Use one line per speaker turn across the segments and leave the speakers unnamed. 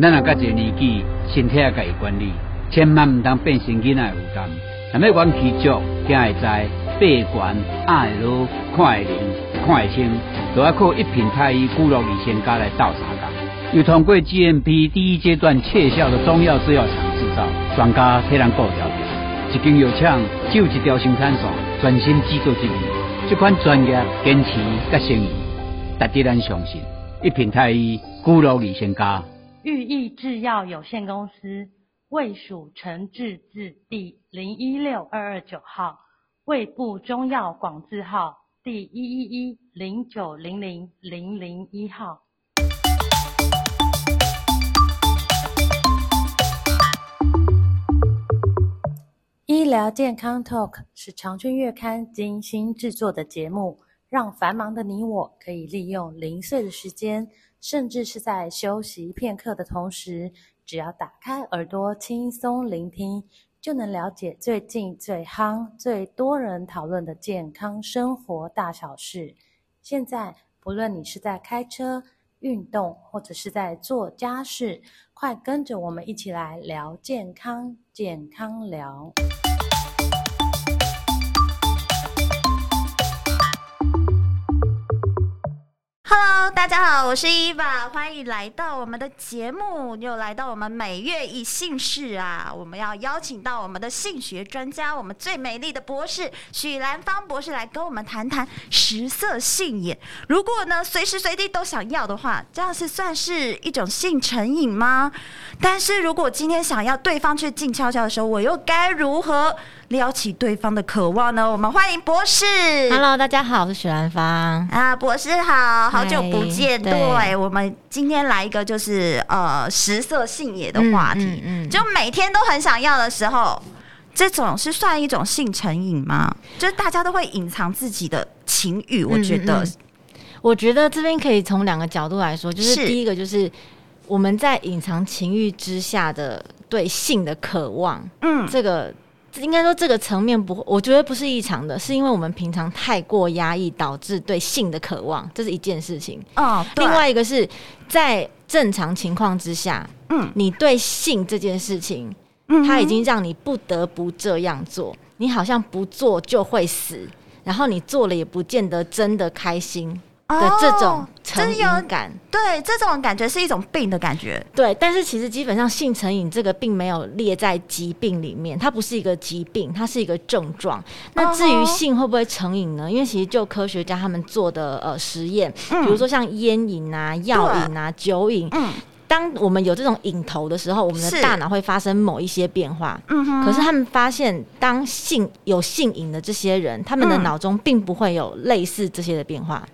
咱若较侪年纪，身体也家己管理，千万毋通变成囡仔的负担。若要元气足，行会知，爬悬，压会落，看会灵，看会清，都要靠一品太医古老李仙家来斗相共。又通过 GMP 第一阶段窃效的中药制药厂制造，专家替咱顾调着。一间药厂只有一条生产线，专心制作一味。这款专业、坚持甲诚意，值得咱相信。一品太医古老李仙家。
玉益制药有限公司卫署陈志字第零一六二二九号，卫部中药广字号第一一一零九零零零零一号。医疗健康 Talk 是长春月刊精心制作的节目，让繁忙的你我可以利用零碎的时间，甚至是在休息片刻的同时，只要打开耳朵轻松聆听，就能了解最近最夯、最多人讨论的健康生活大小事。现在，不论你是在开车、运动，或者是在做家事，快跟着我们一起来聊健康，健康聊。
Hello，大家好，我是伊娃，欢迎来到我们的节目，又来到我们每月一姓氏啊，我们要邀请到我们的性学专家，我们最美丽的博士许兰芳博士来跟我们谈谈食色性也。如果呢随时随地都想要的话，这样是算是一种性成瘾吗？但是如果今天想要对方去静悄悄的时候，我又该如何撩起对方的渴望呢？我们欢迎博士。
Hello，大家好，我是许兰芳。
啊，博士好，好久不见。
嗨
对，
对
我们今天来一个就是呃食色性也的话题，
嗯嗯嗯
就每天都很想要的时候，这种是算一种性成瘾吗？就是大家都会隐藏自己的情欲，我觉得，
嗯嗯我觉得这边可以从两个角度来说，就是
是
第一个就是我们在隐藏情欲之下的对性的渴望，
嗯
这个应该说这个层面不，我觉得不是异常的，是因为我们平常太过压抑，导致对性的渴望，这是一件事情。
哦，对
另外一个是在正常情况之下，
嗯
你对性这件事情，
嗯
它已经让你不得不这样做，你好像不做就会死，然后你做了也不见得真的开心的
哦
这种成
真
瘾
有
感。
对这种感觉是一种病的感觉，
对，但是其实基本上性成瘾这个并没有列在疾病里面，它不是一个疾病，它是一个症状。那至
哦
于
吼
性会不会成瘾呢？因为其实就科学家他们做的呃实验，
嗯
比如说像烟瘾啊、药瘾啊、酒瘾，
嗯
当我们有这种瘾头的时候，我们
是
的大脑会发生某一些变化。
嗯哼，
可是他们发现，当性有性瘾的这些人，他们的
嗯
脑中并不会有类似这些的变化。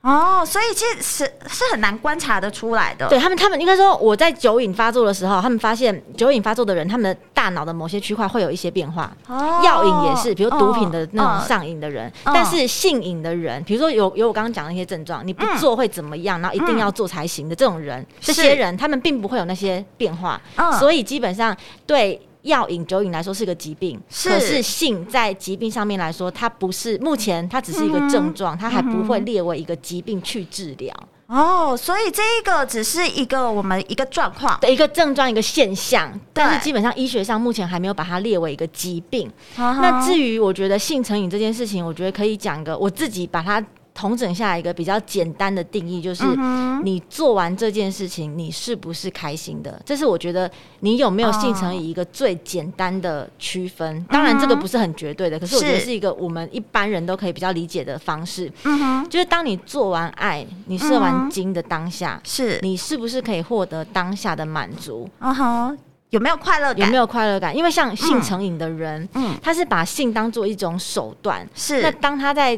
哦，所以其实是是很难观察得出来的，
对他们，他们应该说，我在酒瘾发作的时候，他们发现酒瘾发作的人，他们的大脑的某些区块会有一些变化。
哦，
药瘾也是，比如毒品的那
哦
种上瘾的人，
嗯
但是性瘾的人，比如说有有我刚刚讲的那些症状，你不
嗯
做会怎么样，然后一定要做才行的这种人，这些人他们并不会有那些变化，
嗯
所以基本上对。药瘾、酒瘾来说是个疾病，
是
可是性在疾病上面来说，它不是目前它只是一个症状，
嗯
它还不会列为一个疾病去治疗
哦，所以这一个只是一个我们一个状况，
的一个症状、一个现象。但
对
是基本上医学上目前还没有把它列为一个疾病。
那
那至于我觉得性成瘾这件事情，我觉得可以讲个我自己把它统整下来一个比较简单的定义，就是
嗯哼
你做完这件事情，你是不是开心的？这是我觉得你有没有性
哦
成瘾一个最简单的区分。当然，这个不是很绝对的，可是我觉得
嗯是
是一个我们一般人都可以比较理解的方式，
嗯哼，
就是当你做完爱、你射完精的当下，
是
你是不是可以获得当下的满足？
嗯哼，有没有快乐感？
有没有快乐感？因为像性成瘾的人，
嗯
他是把性当做一种手段，
是
那当他在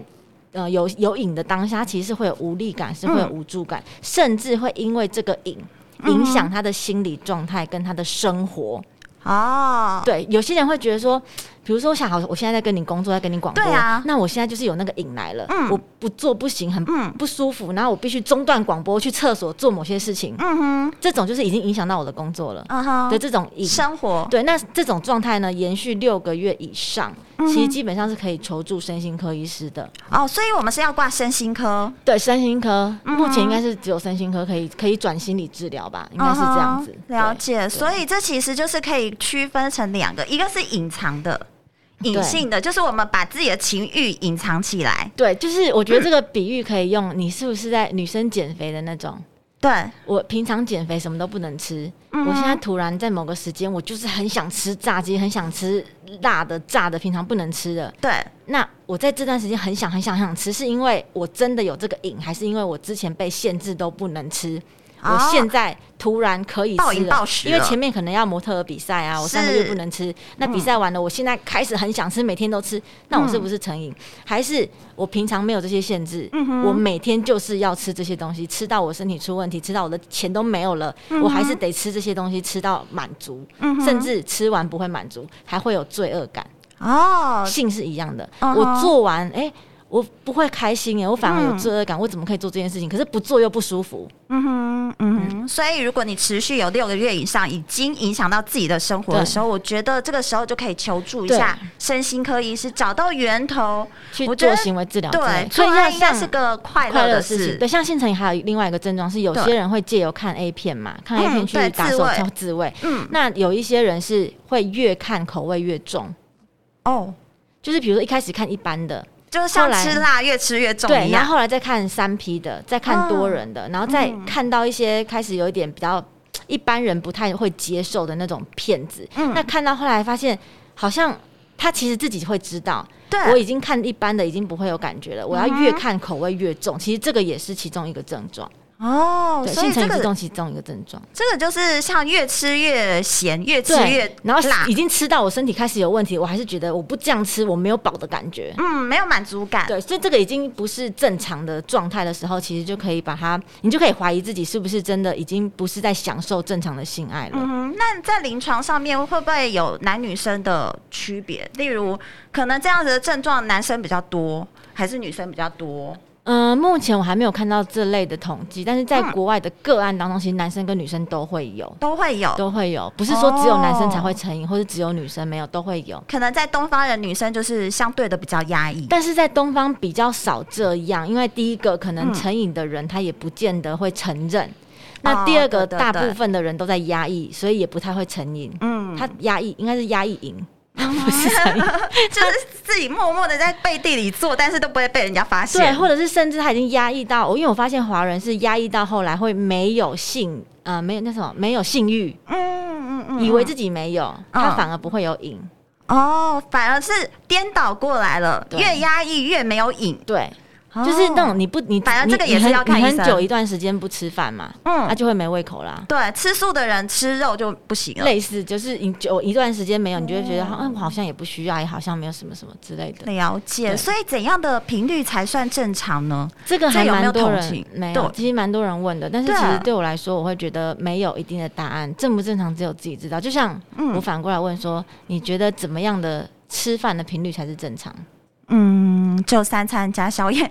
呃有有瘾的当下，他其实是会有无力感，是会有
嗯
无助感，甚至会因为这个瘾影响他的心理状态跟他的生活。
哦，
对，有些人会觉得说，比如说，我想好，我现在在跟你工作，在跟你广播，
对啊
那我现在就是有那个瘾来了，
嗯
我不做不行，很
嗯
不舒服，然后我必须中断广播，去厕所做某些事情，
嗯哼，
这种就是已经影响到我的工作了
嗯哼，
的这种瘾。
生活，
对，那这种状态呢，延续六个月以上，
嗯
其实基本上是可以求助身心科医师的。
哦，所以我们是要挂身心科，
对，身心科、
嗯
目前应该是只有身心科可以可以转心理治疗吧，应该是这样子。
嗯哼了
对
解，所以这其实就是可以区分成两个，一个是隐藏的、隐
对
性的，就是我们把自己的情欲隐藏起来。
对，就是我觉得这个比喻可以用，你是不是在女生减肥的那种？
对，
我平常减肥什么都不能吃，
嗯
我现在突然在某个时间，我就是很想吃炸鸡，很想吃辣的、炸的，平常不能吃的。
对，
那我在这段时间很想、很想、很想吃，是因为我真的有这个瘾，还是因为我之前被限制都不能吃？
哦
我现在突然可以
暴
吃
饮
了
暴，食
因为
了
前面可能要模特儿比赛啊，我
是
三个月不能吃。那比赛完了，我现在开始很想吃，每天都吃，那我是不是成瘾？还是我平常没有这些限制
嗯哼？
我每天就是要吃这些东西，吃到我身体出问题，吃到我的钱都没有了，
嗯哼
我还是得吃这些东西，吃到满足
嗯哼，
甚至吃完不会满足，还会有罪恶感。
哦，
性是一样的。
嗯哼
我做完，哎、我不会开心哎、我反而有
嗯
罪恶感。我怎么可以做这件事情？可是不做又不舒服。
嗯哼，嗯哼，所以如果你持续有六个月以上，已经影响到自己的生活的
对
时候，我觉得这个时候就可以求助一下身心科医师，找到源头。
去
我觉
做
得
行为治疗之类
对，
所以
做爱
要
应该
像
是个快乐
快乐
的
的事情。对，像性成瘾还有另外一个症状是，有
对
些人会借由看 A 片嘛，
嗯
看 A 片去
对
打
自
手
慰
枪自慰。
嗯，
那有一些人是会越看口味越重，
哦，
就是比如说一开始看一般的，
就是像
后来
吃辣越吃越重
对，
一样。啊
然后后来再看三 P 的，再看多人的，然后再看到一些开始有一点比较一般人不太会接受的那种骗子。
嗯
那看到后来发现，好像他其实自己会知道，我
对，
已经看一般的已经不会有感
嗯
觉了，我要越看口味越重。其实这个也是其中一个症状，
哦，
对，
所以
性成
这
瘾是
个
中其中一个症状。
这个就是像越吃越咸，越吃越
对，然后
辣
已，经吃到我身体开始有问题，我还是觉得我不这样吃，我没有饱的感觉。
嗯，没有满足感。
对，所以这个已经不是正常的状态的时候，其实就可以把它，你就可以怀疑自己是不是真的已经不是在享受正常的性爱了。
嗯，那在临床上面会不会有男女生的区别？例如，可能这样子的症状男生比较多，还是女生比较多？
嗯、目前我还没有看到这类的统计，但是在
嗯哦
国外的个案当中，其实男生跟女生都会有，
都会有。
都会有，不是说只有男生才
哦
会成瘾，或者只有女生没有，都会有。
可能在东方人，女生就是相对的比较压抑。
但是在东方比较少这样，因为第一个可
嗯
能成瘾的人他也不见得会承认，
哦
那第二个
对对
大
对
部分的人都在压抑，所以也不太会成瘾。
嗯，
他压抑应该是压抑瘾，不是成瘾。
就是自己默默的在背地里做，但是都不会被人家发
对，
现。
或者是甚至他已经压抑到，哦因为我发现华人是压抑到后来会没有性，呃，没有那什么，没有性欲，
嗯嗯嗯，
以为自己没有，他
嗯
反而不会有瘾。
哦，反而是颠倒过来了，
对
越压抑越没有瘾，
对，就是那
哦
种你不你，
反正
你
这个也
你
是
很
要看
你
医
很
生
久一段时间不吃饭嘛，
嗯
他、就会没胃口啦。
对吃素的人吃肉就不行了，
类似就是你久一段时间没有，你就会觉得，嗯、我好像也不需要，也好像没有什么什么之类的。
了解，
对
所以怎样的频率才算正常呢？
这个还
这有没有
蛮多
统
人
计
没
对
有，其实蛮多人问的，但是
对
其实对啊我来说，我会觉得没有一定的答案，正不正常只有自己知道。就像
嗯
我反过来问说，你觉得怎么样的吃饭的频率才是正常？
嗯，就三餐加宵夜，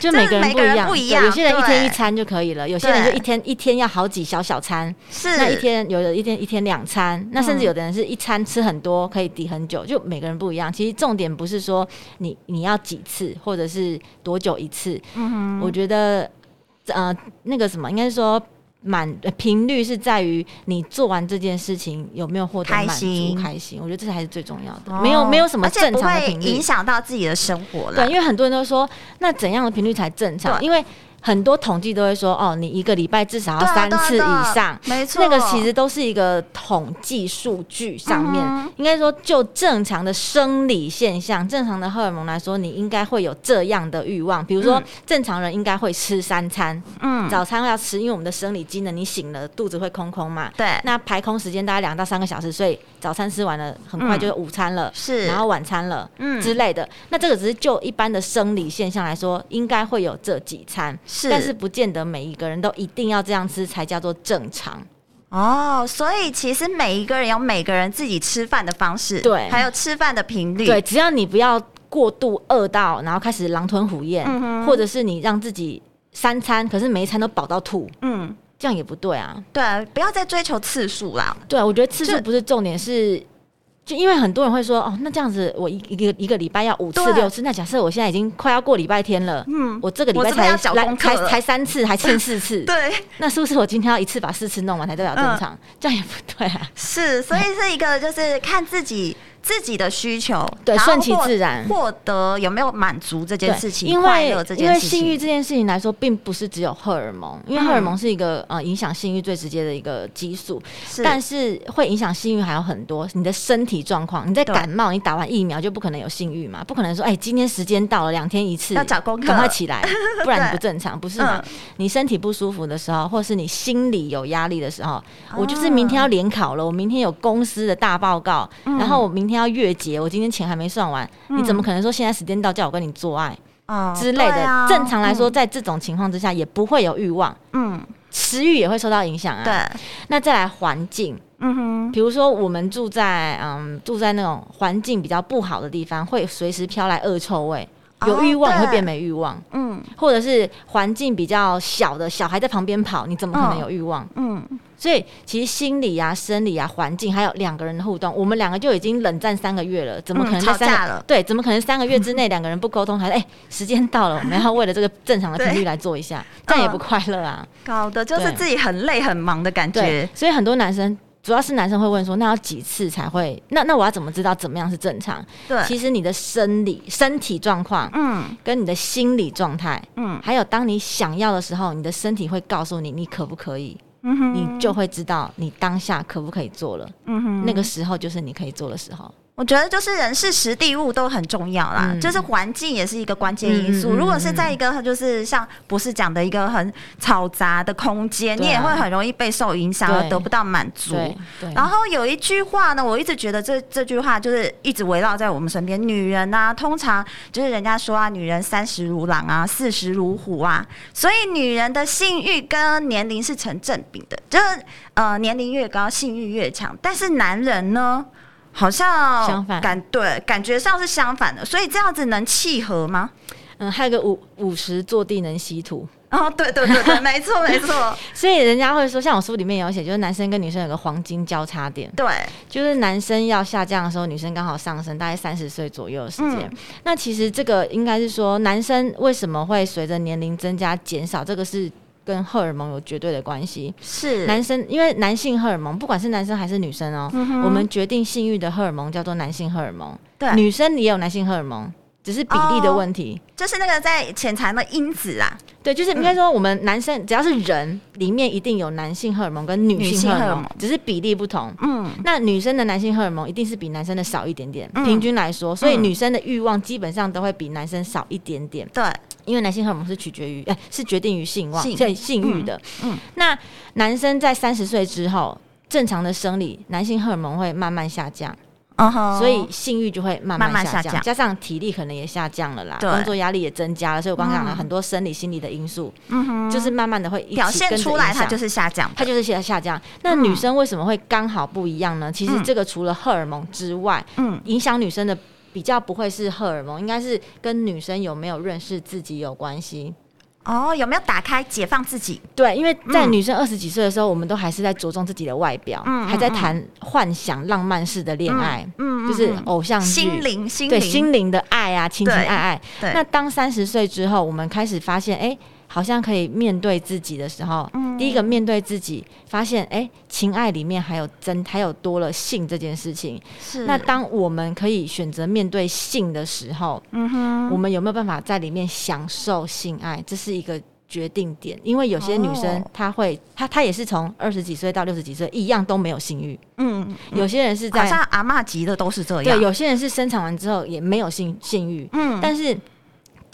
就
这
每个人
每
不
个
一
人
样，
不一
对
样
有些人一
对
天一餐就可以了，有些人就
对
一天一天要好几小小餐，
是嗯
那一天有的一天一天两餐，那甚至有的人是一餐吃很多，可以抵很久，就每个人不一样。其实重点不是说你你要几次，或者是多久一次。
嗯
我觉得，呃，那个什么，应该是说满呃频率是在于你做完这件事情有没有获得
开
满足
心、
开心。我觉得这才是最重要的，
哦
没有没有什么
而且
正
不
常的
会
频率
影。响到自己的生活
对，
了。
因为很多人都说，那怎样的频率才正常？
对
因为很多统计都会说，哦，你一个礼拜至少要
啊
三
对啊
次
对啊
以上。
没错，
那个其实都是一个统计数据上面，
嗯哼
应该说就正常的生理现象、正常的荷尔蒙来说，你应该会有这样的欲望。比如说
嗯，
正常人应该会吃三餐，
嗯，
早餐要吃，因为我们的生理机能，你醒了肚子会空空嘛。
对，
那排空时间大概两到三个小时，所以早餐吃完了，很快就是午餐了，
嗯是
然后晚餐了，
嗯
之类的。那这个只是就一般的生理现象来说，应该会有这几餐，
是
但是不见得每一个人都一定要这样吃才叫做正常。
哦，所以其实每一个人有每个人自己吃饭的方式，
对
还有吃饭的频率，
对，，只要你不要过度饿到，然后开始狼吞虎咽，
嗯哼
或者是你让自己三餐，可是每一餐都饱到吐，
嗯，
这样也不对啊。
对，不要再追求次数啦。
对啊，我觉得次数
这
不是重点，是就因为很多人会说，哦，那这样子我一一个一个礼拜要五次
对
六次，那假设我现在已经快要过礼拜天了，
嗯，
我这个礼
我
拜
这边
才
要缴
来
功课
才
了
才三次，还欠四次，
对，嗯
那是不是我今天要一次把四次弄完才代表正常？这样也不对啊。
是，所以是一个就是看自己 自己的需求，
对
然后
顺其
获
自然
获得有没有满足这件
对，
事情，
因
快
为
乐这
因
件
为
事情，
性欲这件事情来说，并不是只有荷尔蒙，因为荷尔蒙是一个、呃影响性欲最直接的一个激素，
嗯是
但是会影响性欲还有很多，你的身体状况，你在
对
感冒，你打完疫苗就不可能有性欲嘛，不可能说哎、今天时间到了，两天一次，
要找功课
赶快起来，不然
对
不 正常，不是嘛？
嗯
你身体不舒服的时候，或是你心里有压力的时候，我就是
啊
明天要联考了，我明天有公司的大报告，
嗯
然后我明天要月结，我今天钱还没算完，你怎么可能说现在时间到叫我跟你做爱？
哦
之类
对
的。
啊
正常来说，在这种情况之下，也不会有欲望，
嗯，
食欲也会受到影响啊。
嗯，对，，
那再来环境，
嗯哼，
比如说我们住在嗯住在那种环境比较不好的地方，会随时飘来恶臭味，有
哦
欲望也
对
会变没欲望。
嗯
或者是环境比较小的小孩在旁边跑，你怎么可能有欲望？
嗯，
所以其实心理啊、生理啊、环境，还有两个人的互动，我们两个就已经冷战三个月了，怎么可能
嗯
在
吵
三
架
个、
了
对？怎么可能三个月之内两个人不沟通，还是哎、时间到了，我们要为了这个正常的频率来做一下，
嗯
这样也不快乐啊。
搞的就是
对
自己很累很忙的感
对
觉，，
所以很多男生。主要是男生会问说，那要几次才会？那那我要怎么知道怎么样是正常？
对，
其实你的生理、身体状况
嗯
跟你的心理状态，
嗯
还有当你想要的时候，你的身体会告诉你你可不可以，
嗯哼，
你就会知道你当下可不可以做了。
嗯哼
那个时候就是你可以做的时候。
我觉得就是人事实地物都很重要啦，
嗯
就是环境也是一个关键因素。
嗯嗯嗯
如果是在一个就是像博士讲的一个很嘈杂的空间，
对啊
你也会很容易被受影响，
对
而得不到满足。
对
然后有一句话呢，我一直觉得这这句话就是一直围绕在我们身边。女人啊，通常就是人家说啊，女人三十如狼啊，四十如虎啊，所以女人的性欲跟年龄是成正比的，就是呃年龄越高，性欲越强。但是男人呢，好像
相反
感对感觉上是相反的，所以这样子能契合吗？
嗯，还有个五五十坐地能吸土，
哦，对对对对，没错没错，
所以人家会说，像我书里面有写，就是男生跟女生有个黄金交叉点，
对，
就是男生要下降的时候，女生刚好上升，大概三十岁左右的时间。
嗯
那其实这个应该是说，男生为什么会随着年龄增加减少，这个是跟荷尔蒙有绝对的关系。
是
男生因为男性荷尔蒙，不管是男生还是女生哦，
嗯
我们决定性欲的荷尔蒙叫做男性荷尔蒙，
对
女生也有男性荷尔蒙，只是比例的问题。
就是那个在潜藏的因子啊，
对，就是应该说，我们男生只要是人，里面一定有男性荷尔蒙跟女
女
性
性
荷
荷
尔
尔
蒙
蒙，
只是比例不同。
嗯。
那女生的男性荷尔蒙一定是比男生的少一点点，
嗯
平均来说，所以
嗯
女生的欲望基本上都会比男生少一点点，
对，
因为男性荷尔蒙是取决于，哎、是决定于性望、
性
性性欲的。
嗯嗯
那男生在三十岁之后，正常的生理，男性荷尔蒙会慢慢下降，
嗯哼，
所以性欲就会慢慢
慢慢
下降，
下降
加上体力可能也下降了啦，
对
工作压力也增加了，所以我刚刚讲了
嗯
很多生理、心理的因素，
嗯哼，
就是慢慢的会一起
表现
跟着
出来，
影
它
响
就是下降的。
它就是下下降。那女生为什么会刚好不一样呢？其实
嗯
这个除了荷尔蒙之外，
嗯
影响女生的比较不会是荷尔蒙，应该是跟女生有没有认识自己有关系。
哦，有没有打开解放自己？
对，因为在
嗯
女生二十几岁的时候，我们都还是在着重自己的外表，
嗯嗯
还在谈幻想浪漫式的恋爱，
嗯嗯
就是
嗯
偶像剧
心灵，心
对
灵，
心灵的爱啊，情情爱
对
爱。
对
那当三十岁之后，我们开始发现，哎、好像可以面对自己的时候，
嗯
第一个面对自己，发现，哎、情爱里面还有真，还有多了性这件事情。
是
那当我们可以选择面对性的时候，
嗯哼，
我们有没有办法在里面享受性爱？这是一个。决定点，因为有些女生
哦
她会，她她也是从二十几岁到六十几岁一样都没有性欲，
嗯，
有些人是
好
在
像阿嬷级的都是这样，
对，有些人是生产完之后也没有性性欲，
嗯，
但是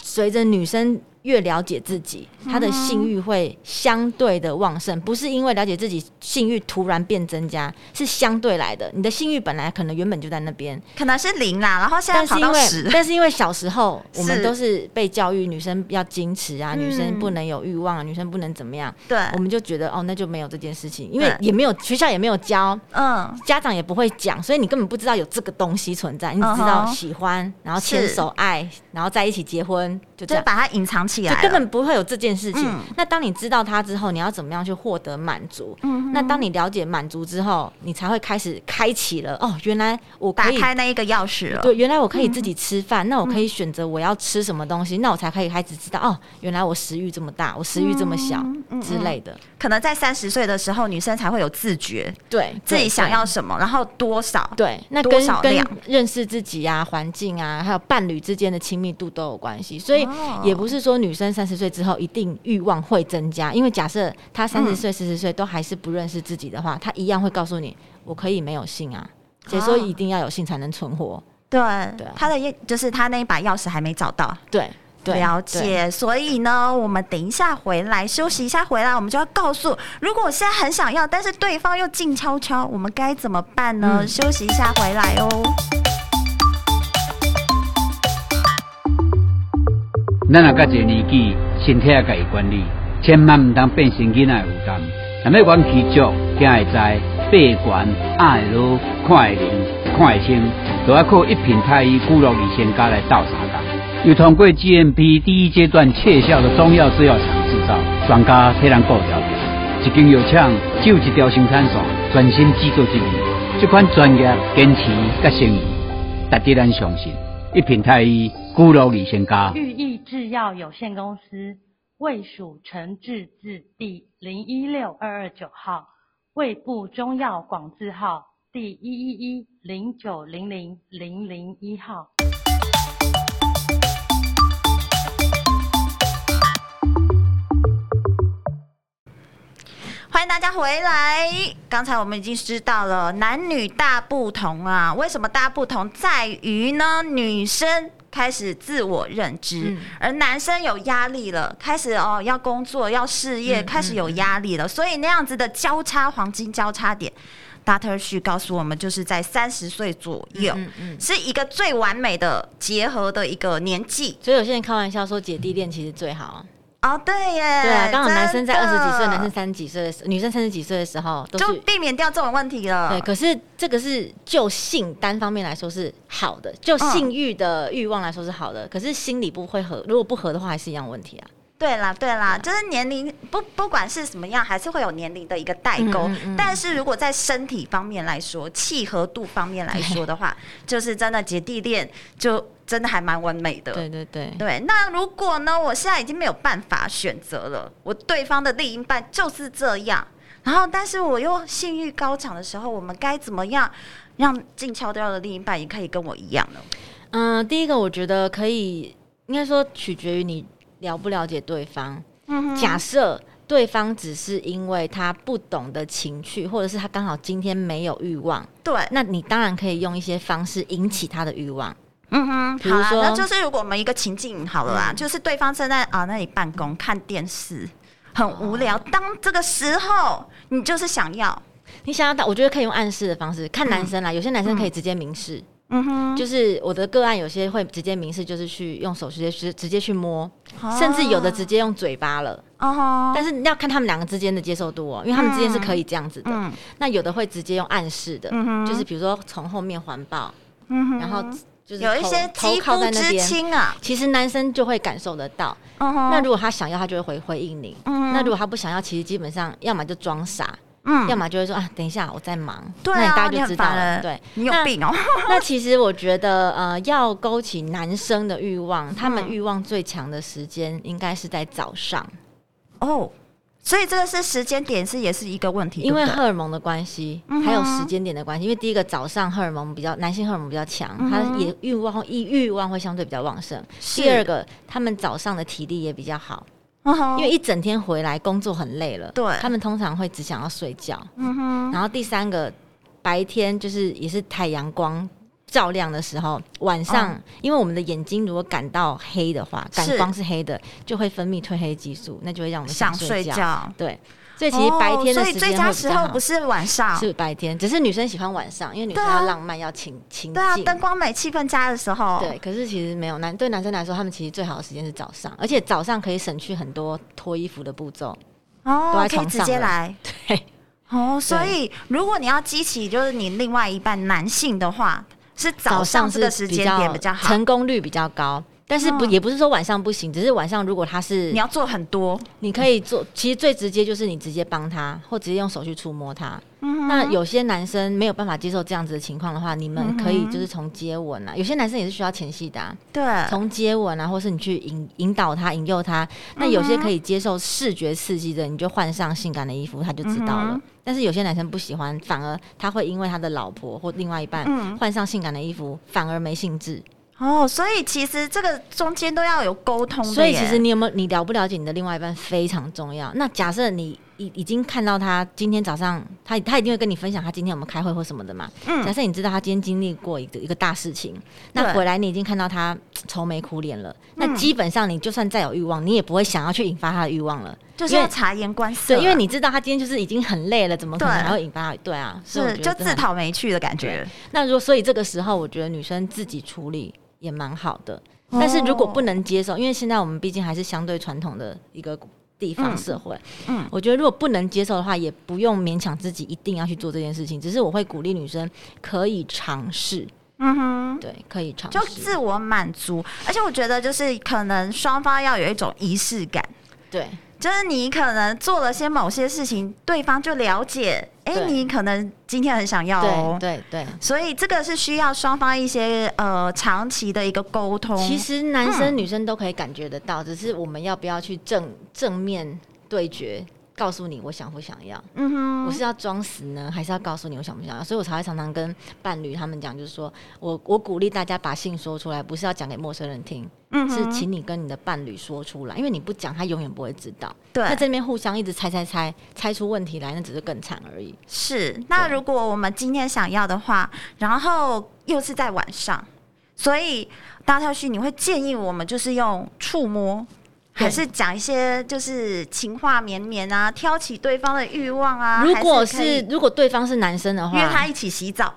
随着女生越了解自己，他的性欲会相对的旺盛，不是因为了解自己性欲突然变增加，是相对来的。你的性欲本来可能原本就在那边，
可能是零啦，然后现在
但是
跑
因
到
为
十，
但是因为小时候我
是
们都是被教育女生要矜持啊，
嗯
女生不能有欲望啊，女生不能怎么样，
对，
我们就觉得哦那就没有这件事情，因为
嗯对
也没有学校也没有教，
嗯，
家长也不会讲，所以你根本不知道有这个东西存在，你只知道
嗯哼
喜欢，然后
是
牵手爱，然后在一起结婚，就这
就是
样。
把它隐藏起
就
来了，
根本不会有这件事情。
嗯
那当你知道它之后，你要怎么样去获得满足？
嗯哼
那当你了解满足之后，你才会开始开启了哦，原来我
打
可以
开那一个嗯钥匙了，
对，原来我可以自己吃饭，那我可以选择我要吃什么东西，那我才可以开始知道哦，原来我食欲这么大，我食欲这么小、
嗯
之类的。
可能在三十岁的时候，女生才会有自觉，
对，
自己
对
想要。什么，然后多少，
对，那
多
跟
少
跟
量
认识自己啊、环境啊，还有伴侣之间的亲密度都有关系，所以
哦
也不是说女生三十岁之后一定欲望会增加，因为假设她三
嗯
十岁、四十岁都还是不认识自己的话，她一样会告诉你，我可以没有性啊，谁说
哦
一定要有性才能存活？
对，
对啊
他的钥就是他那一把钥匙还没找到，
对，对
了。
对
解。所以呢，我们等一下回来休息一下，回来我们就要告诉，如果我现在很想要，但是对方又静悄悄，我们该怎么办呢？
嗯
休息一下，回来哦。
咱若较侪年纪，身体也家己管理，千万毋通变成囡仔的负担。若要元气足，行会知，爬悬压会落，看会明，看会清，都要靠一品太医古老医仙家来斗相共。又通过 GMP 第一阶段窃效的中药制药厂制造，专家替咱顾调着。一间药厂只有一条生产线，专心制作一味。这款专业坚持甲诚意，值得咱相信。一品太医古老医仙家。
玉益制药有限公司卫署陈志字第零一六二二九号，卫部中药广字号第一一一零九零零零零一号。
欢迎大家回来。刚才我们已经知道了男女大不同啊，为什么大不同在于呢？女生。开始自我认知，
嗯
而男生有压力了，开始哦要工作要事业，
嗯
开始有压力了，所以那样子的交叉黄金交叉点，Dr. 旭告诉我们，就是在三十岁左右，
嗯嗯。
是一个最完美的结合的一个年纪。
所以有些人开玩笑说姐弟恋其实最好啊，
哦，对耶，
对啊，刚好男生在二
真的
十几岁，男生三十几岁的时候，女生三十几岁的时候都
就是避免掉这种问题了。
对，可是这个是就性单方面来说是好的，就性欲的欲望来说是好的，可是心理不会合，如果不合的话还是一样问题啊。
对啦，对啦，就是年龄不不管是什么样，还是会有年龄的一个代沟。
嗯嗯嗯
但是如果在身体方面来说，契合度方面来说的话，就是真的姐弟恋就真的还蛮完美的。
对对对，
对，那如果呢，我现在已经没有办法选择了，我对方的另一半就是这样，然后但是我又性欲高涨的时候，我们该怎么样让静悄悄的另一半也可以跟我一样呢？
嗯、第一个我觉得可以，应该说取决于你了不了解对方。
嗯
假设对方只是因为他不懂得情趣，或者是他刚好今天没有欲望，
对，
那你当然可以用一些方式引起他的欲望。
嗯哼，
比
好
如
啦，
说嗯
那就是如果我们一个情境好了啦，就是对方正在啊那里办公看电视，很无聊。当这个时候，你就是想要，
你想要到，我觉得可以用暗示的方式看男生啦，有些男生可以直接明示。
嗯哼，
就是我的个案，有些会直接明示，就是去用手直接去直接去摸，
啊
甚至有的直接用嘴巴了。
哦吼，
但是要看他们两个之间的接受度哦，因为他们之间是可以这样子的。
嗯
那有的会直接用暗示的，就是比如说从后面环抱，
嗯哼，
然后就是
有一
头
些
头
肌
靠
肤
在那
之
边。
亲啊，
其实男生就会感受得到。
嗯哼，
那如果他想要，他就会回回应你。
嗯
那如果他不想要，其实基本上要么就装傻，
嗯
要么就会说啊，等一下我在忙。
对
那你
啊，
大
你
概就知
很
道
烦
了。
人，
对，
你有
那
病哦，
那其实我觉得，呃，要勾起男生的欲望，他们欲望最强的时间应该是在早上，
哦，所以这个是时间点是也是一个问题，
因为
对嗯不
荷尔蒙的关系，还有时间点的关系。因为第一个早上荷尔蒙比较，男性荷尔蒙比较强，他也欲望欲欲望会相对比较旺盛。
嗯是
第二个，他们早上的体力也比较好，
对嗯哼
因为一整天回来工作很累了，
对
他们通常会只想要睡觉。
嗯哼，
然后第三个，白天就是也是太阳光。照亮的时候，晚上、因为我们的眼睛如果感到黑的话，感
嗯是
光是黑的，就会分泌褪黑激素，那就会让我们
想睡
睡
觉。
对，所以其实白天的
哦所
时
以
间、
最佳时候不
是
是晚上，
是白天，只是女生喜欢晚上，因为女生
对啊
要浪漫，要情情
对啊，
境。
灯光美、气氛佳的时候，
对，可是其实没有男对男生来说，他们其实最好的时间是早上，而且早上可以省去很多脱衣服的步骤。都
哦
在，
可以
床
直
上
接
了
来。
对，
哦，所以如果你要激起就是你另外一半男性的话，是早上这
是
个时间点比较好。
成功率比较高。但是不、
嗯
也不是说晚上不行，只是晚上如果他是
你要做很多，
你可以做，其实最直接就是你直接帮他，或直接用手去触摸他。
嗯
那有些男生没有办法接受这样子的情况的话，你们可以
嗯
就是从接吻啊，有些男生也是需要前戏的、啊，
对，
从接吻啊，或是你去引引导他、引诱
嗯
他。那有些可以接受视觉刺激的，你就换上性感的衣服，他就知道了。
嗯哼
但是有些男生不喜欢，反而他会因为他的老婆或另外一半
嗯
换上性感的衣服，反而没兴致。
哦，所以其实这个中间都要有沟通的耶，
所以其实你有没有你了不了解你的另外一半非常重要。那假设你已已经看到他今天早上，他他一定会跟你分享他今天有没有开会或什么的嘛。假
嗯，
设你知道他今天经历过一个一个大事情，那
对嗯
回来你已经看到他嘖愁眉苦脸了，那基本上你就算再有欲望，你也不会想要去引发他的欲望了。
就是
因为
要察言观色啊，
对，因为你知道他今天就是已经很累了，怎么可能
对
还会引发？对啊，所以我
是
觉
就
得
自
真的
讨没趣的感觉。
那如果所以这个时候，我觉得女生自己处理也蛮好的。
哦
但是如果不能接受，因为现在我们毕竟还是相对传统的一个地方
嗯
社会，
嗯
我觉得如果不能接受的话，也不用勉强自己一定要去做这件事情。只是我会鼓励女生可以尝试，
嗯哼。
对，可以尝
就
试，
自我满足，而且我觉得就是可能双方要有一种仪式感，
对
就是你可能做了些某些事情，对方就了解，哎、
对
你可能今天很想要哦
对，对对。
所以这个是需要双方一些呃长期的一个沟通。
其实男
嗯
生女生都可以感觉得到，只是我们要不要去正正面对决，告诉你我想不想要。
嗯哼，
我是要装死呢，还是要告诉你我想不想要？所以我才会常常跟伴侣他们讲，就是说我我鼓励大家把性说出来，不是要讲给陌生人听，
嗯
是
哼
请你跟你的伴侣说出来，因为你不讲，他永远不会知道。
对
那这边互相一直猜猜猜，猜出问题来，那只是更惨而已。
是。那
对
如果我们今天想要的话，然后又是在晚上，所以大跳旭，你会建议我们就是用触摸，
对
还是讲一些就是情话绵绵啊，挑起对方的欲望啊？
如果
还可
是
以
如果对方是男生的话，
约他一起洗澡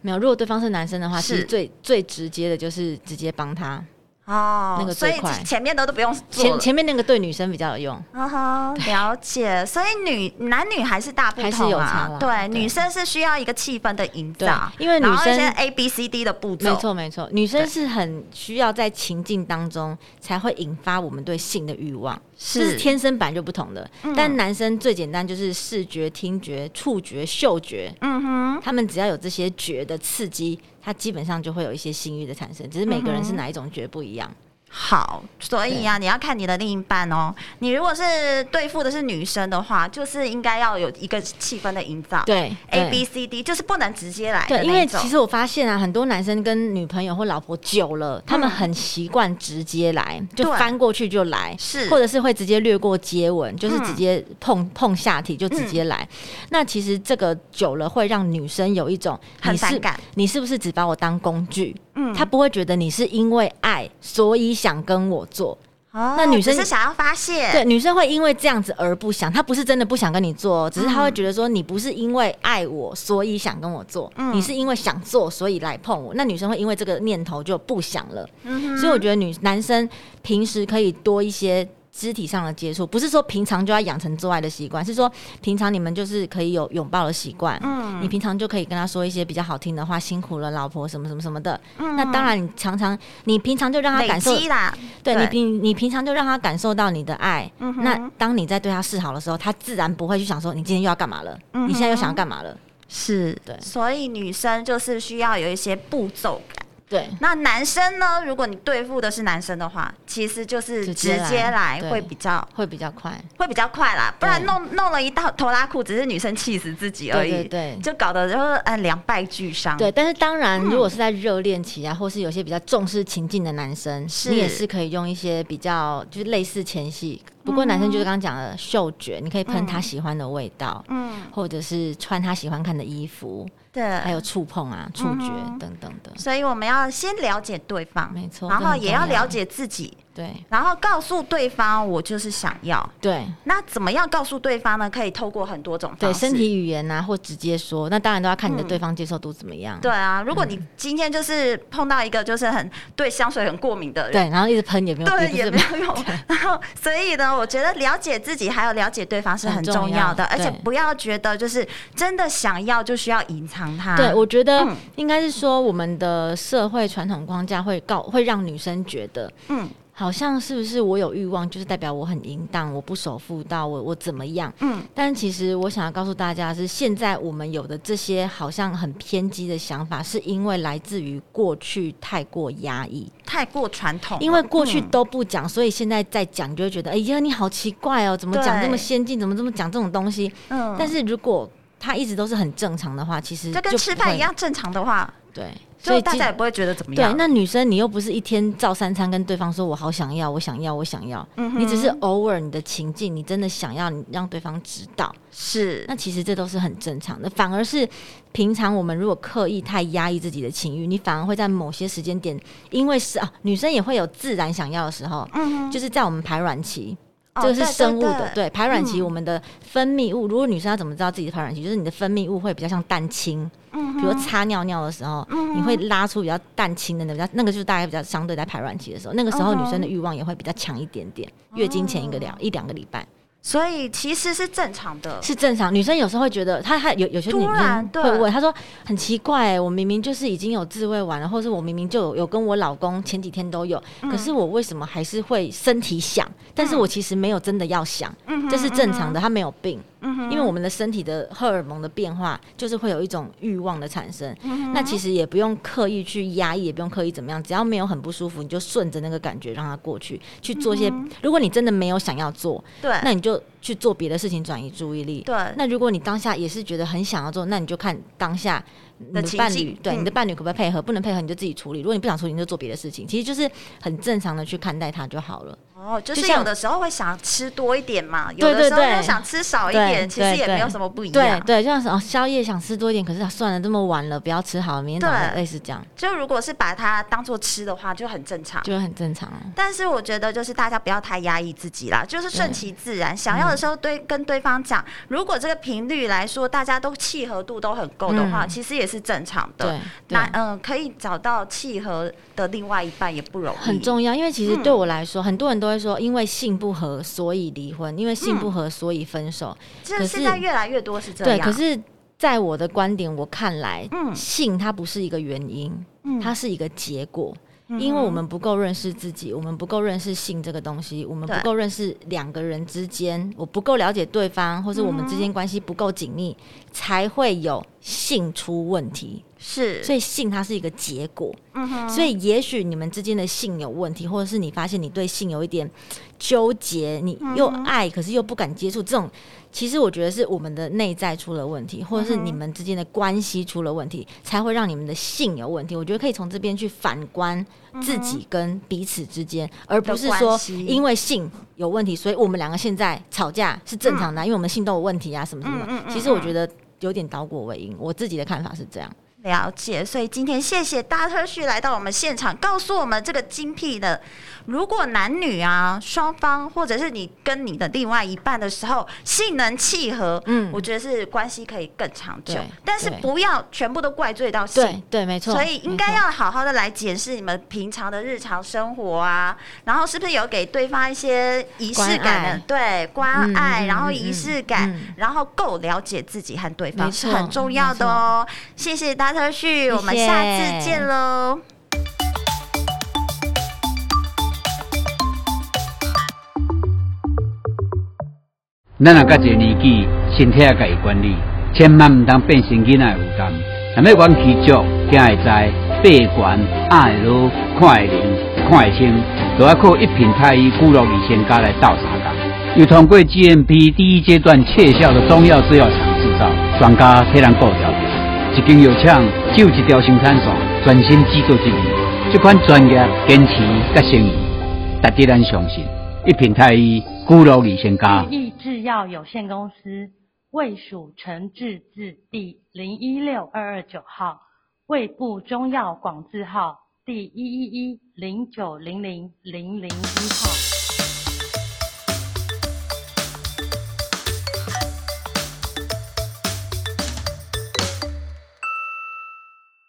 没有，如果对方是男生的话，
是
其实最最直接的就是直接帮他。
哦，
那个
所
最
以
快
前面的都不用做
前
了
前面那个对女生比较有用，
啊哈，了解。所以女男女还是大不
还是
同
有
啊
差，啦
对，
对
女生是需要一个气氛的营
对
造，
因为女
然后一些
生
A B C D 的步骤，
没错，没错，女生是很需要在情境当中才会引发我们对性的欲望，这是天生本来就不同的。
嗯
但男生最简单就是视觉、听觉、触觉、嗅觉，
嗯哼，
他们只要有这些觉的刺激，他基本上就会有一些性欲的产生，只是每个人是哪一种觉不一样。
好。所以啊，你要看你的另一半哦。你如果是对付的是女生的话，就是应该要有一个气氛的营造，
对
，A B。C D 就是不能直接来的
对，因为
那种
其实我发现啊，很多男生跟女朋友或老婆久了，他们很习惯直接来，就
对
翻过去就来，
是
或者嗯是会直接略过接吻，就是
嗯
直接碰、碰下体就直接来。那其实这个久了会让女生有一种
很
你是
反感
你是不是只把我当工具？
嗯
她不会觉得你是因为爱所以想跟我做。
哦
那女生
只是想要发泄，
对，女生会因为这样子而不想，她不是真的不想跟你做
嗯
哦，只是她会觉得说你不是因为爱我所以想跟我做，
嗯
你是因为想做所以来碰我。那女生会因为这个念头就不想了。
嗯哼，
所以我觉得女男生平时可以多一些肢体上的接触，不是说平常就要养成做爱的习惯，是说平常你们就是可以有拥抱的习惯。
嗯
你平常就可以跟他说一些比较好听的话，辛苦了，老婆什么什么什么的。
嗯
那当然，你常常你平常就让他
累
感受，
积啦，
对
对
你平你平常就让他感受到你的爱。
嗯哼
那当你在对他示好的时候，他自然不会去想说你今天又要干嘛了，
嗯哼
你现在又想要干嘛了。
是
对
所以女生就是需要有一些步骤感。
对，
那男生呢？如果你对付的是男生的话，其实就是
直
直
接来
接来
对
会比较
会比较快。
会比较快啦，不然
对
弄弄了一套拖拉裤，只是女生气死自己而
对
已，
对对，
就搞得就是嗯两败俱伤。
对，但是当然，
嗯
如果是在热恋期啊，或是有些比较重视情境的男生，
是
你也是可以用一些比较就是类似前戏，不过男生就是刚刚讲的嗅觉，你可以喷他喜欢的味道，
嗯，
或者是穿他喜欢看的衣服，还
对。
有触碰啊、触觉
嗯哼
等等的。
所以我们要先了解对方，
没错
然
这
后
很
也
重
要
要
了解自己，
对
然后告诉对方我就是想要。
对
那怎么样告诉对方呢？可以透过很多种方
对，
式。
身体语言啊，或直接说，那当然都要看你的
嗯
对方接受度怎么样。
对啊，如果你今天就是碰到一个就是很对香水很过敏的人，
对，然后一直喷也没有，
对
不
也
是
没有用。然后，所以呢，我觉得了解自己还有了解对方是很
很重
重要的，
要
而且
对
不要觉得就是真的想要就需要隐藏它。
对，我觉得
嗯
应该是说，我们的社会传统框架会告会让女生觉得，
嗯
好像是不是我有欲望，就是代表我很淫荡，我不守妇道，我我怎么样？
嗯
但其实我想要告诉大家的是，现在我们有的这些好像很偏激的想法，是因为来自于过去太过压抑，
太过传统了，
因为过去
嗯
都不讲，所以现在在讲，你就会觉得，哎呀，你好奇怪哦，怎么讲
对
这么先进，怎么这么讲这种东西？
嗯
但是如果它一直都是很正常的话，其实
就跟
不
吃饭
会
一样正常的话，
对，所
就
以
大
基
家也不会觉得怎么
对
样。，
那女生你又不是一天照三餐跟对方说我好想要，我想要，我想要，
嗯哼
你只是偶尔你的情境，你真的想要，你让对方知道，
是
那其实这都是很正常的。反而是平常我们如果刻意太压抑自己的情欲，你反而会在某些时间点，因为是啊，女生也会有自然想要的时候，
嗯哼，
就是在我们排卵期，
哦
这个是生物的，
对对嗯对
排卵期我们的分泌物，如果女生要怎么知道自己的排卵期，就是你的分泌物会比较像蛋清，
嗯
比如擦尿尿的时候，
嗯
你会拉出比较蛋清的那比较，那个就是大概比较相对在排卵期的时候，那个时候
嗯哼
女生的欲望也会比较强一点点，月经前一个
哦
两一两个礼拜
所以其实是正常的。
是正常。女生有时候会觉得，她她有有些女
突然
生会
对
问，她说很奇怪、欸，我明明就是已经有自慰完了，或是我明明就有有跟我老公前几天都有，
嗯
可是我为什么还是会身体想，但是我其实没有真的要想，
嗯哼
这是正常的，她没有病。
嗯哼
因为我们的身体的荷尔蒙的变化，就是会有一种欲望的产生。
嗯
那其实也不用刻意去压抑，也不用刻意怎么样，只要没有很不舒服，你就顺着那个感觉让它过去，去做一些。
嗯
如果你真的没有想要做，
对，
那你就去做别的事情转移注意力。
呃对
那如果你当下也是觉得很想要做，那你就看当下你
的
的
情
伴
境
侣，对、
嗯
你的伴侣可不可以配合，不能配合你就自己处理。如果你不想处理，你就做别的事情，其实就是很正常的去看待它就好了。
哦，就
就是像
有的时候会想吃多一点嘛，有
对
的时候
对对
又想吃少一
对
点，其实
对
也没有
对
什么不一
对
样。
对，就像是哦，宵夜想吃多一点，可是啊算了，这么晚了，不要吃好了，明天早上
对
类似这样，
就如果是把它当做吃的话，就很正常。
就很正常了。
但是我觉得就是大家不要太压抑自己啦，就是顺其自然，想
嗯
要的时候对跟对方讲。如果这个频率来说，大家都契合度都很够的话，
嗯
其实也是正常的
对。对
那，嗯、可以找到契合的另外一半也不容易，
很重要，因为其
嗯
实对我来说，很多人都会说，因为性不合所以离婚，因为性不合所以分手。
这
可
现
是
在越来越多嗯是这样。
对，可是。在我的观点，我看来，
嗯
性它不是一个原因，
嗯
它是一个结果。
嗯
因为我们不够认识自己，我们不够认识性这个东西，我们
对
不够认识两个人之间，我不够了解对方，或是我们之
嗯
间关系不够紧密，才会有性出问题。
是，
所以性它是一个结果，
嗯哼，
所以也许你们之间的性有问题，或者是你发现你对性有一点纠结，你
嗯
又爱可是又不敢接触，这种其实我觉得是我们的内在出了问
嗯
题，或者是你们之间的关系出了问题，才会让你们的性有问题。我觉得可以从这边去反观自己跟彼此之间，而不是
的关
说
系
因为性有问题，所以我们两个现在吵架是正常的啊，因为我们性都有问题啊，什么什么
嗯嗯
的。
嗯
其实我觉得有点倒果为因，我自己的看法是这样。
了解，所以今天谢谢大特旭来到我们现场，告诉我们这个精辟的。如果男女啊双方，或者是你跟你的另外一半的时候，性能契合，
嗯
我觉得是关系可以更长久
对，
但是
对
不要全部都怪罪到性
对。对，没错。
所以应该
没错
要好好的来检视你们平常的日常生活啊，然后是不是有给对方一些仪式感的，对关
嗯
爱，
嗯
然后
嗯
仪
嗯
式感
嗯，
然后够了解自己和对方
没
是
错
很重要的哦。谢谢大特旭，我们下次见喽。
咱若较侪年纪，身体也家己管理，千万毋通变成囡仔的负担。若要元气足，才会知爬悬压会落，看会明，看会清，就要靠一品太医固老李仙家来斗相共。又通过 GMP 第一阶段窃效的中药制药厂制造，专家替咱顾调着。一间药厂只有一条生产线，专心只做一味。这款专业、坚持甲诚意，值得咱相信。一品太医孤楼李先家
聚。益制药有限公司卫署陈治字第零一六二二九号，卫部中药广字号第一一一零九零零零零一号。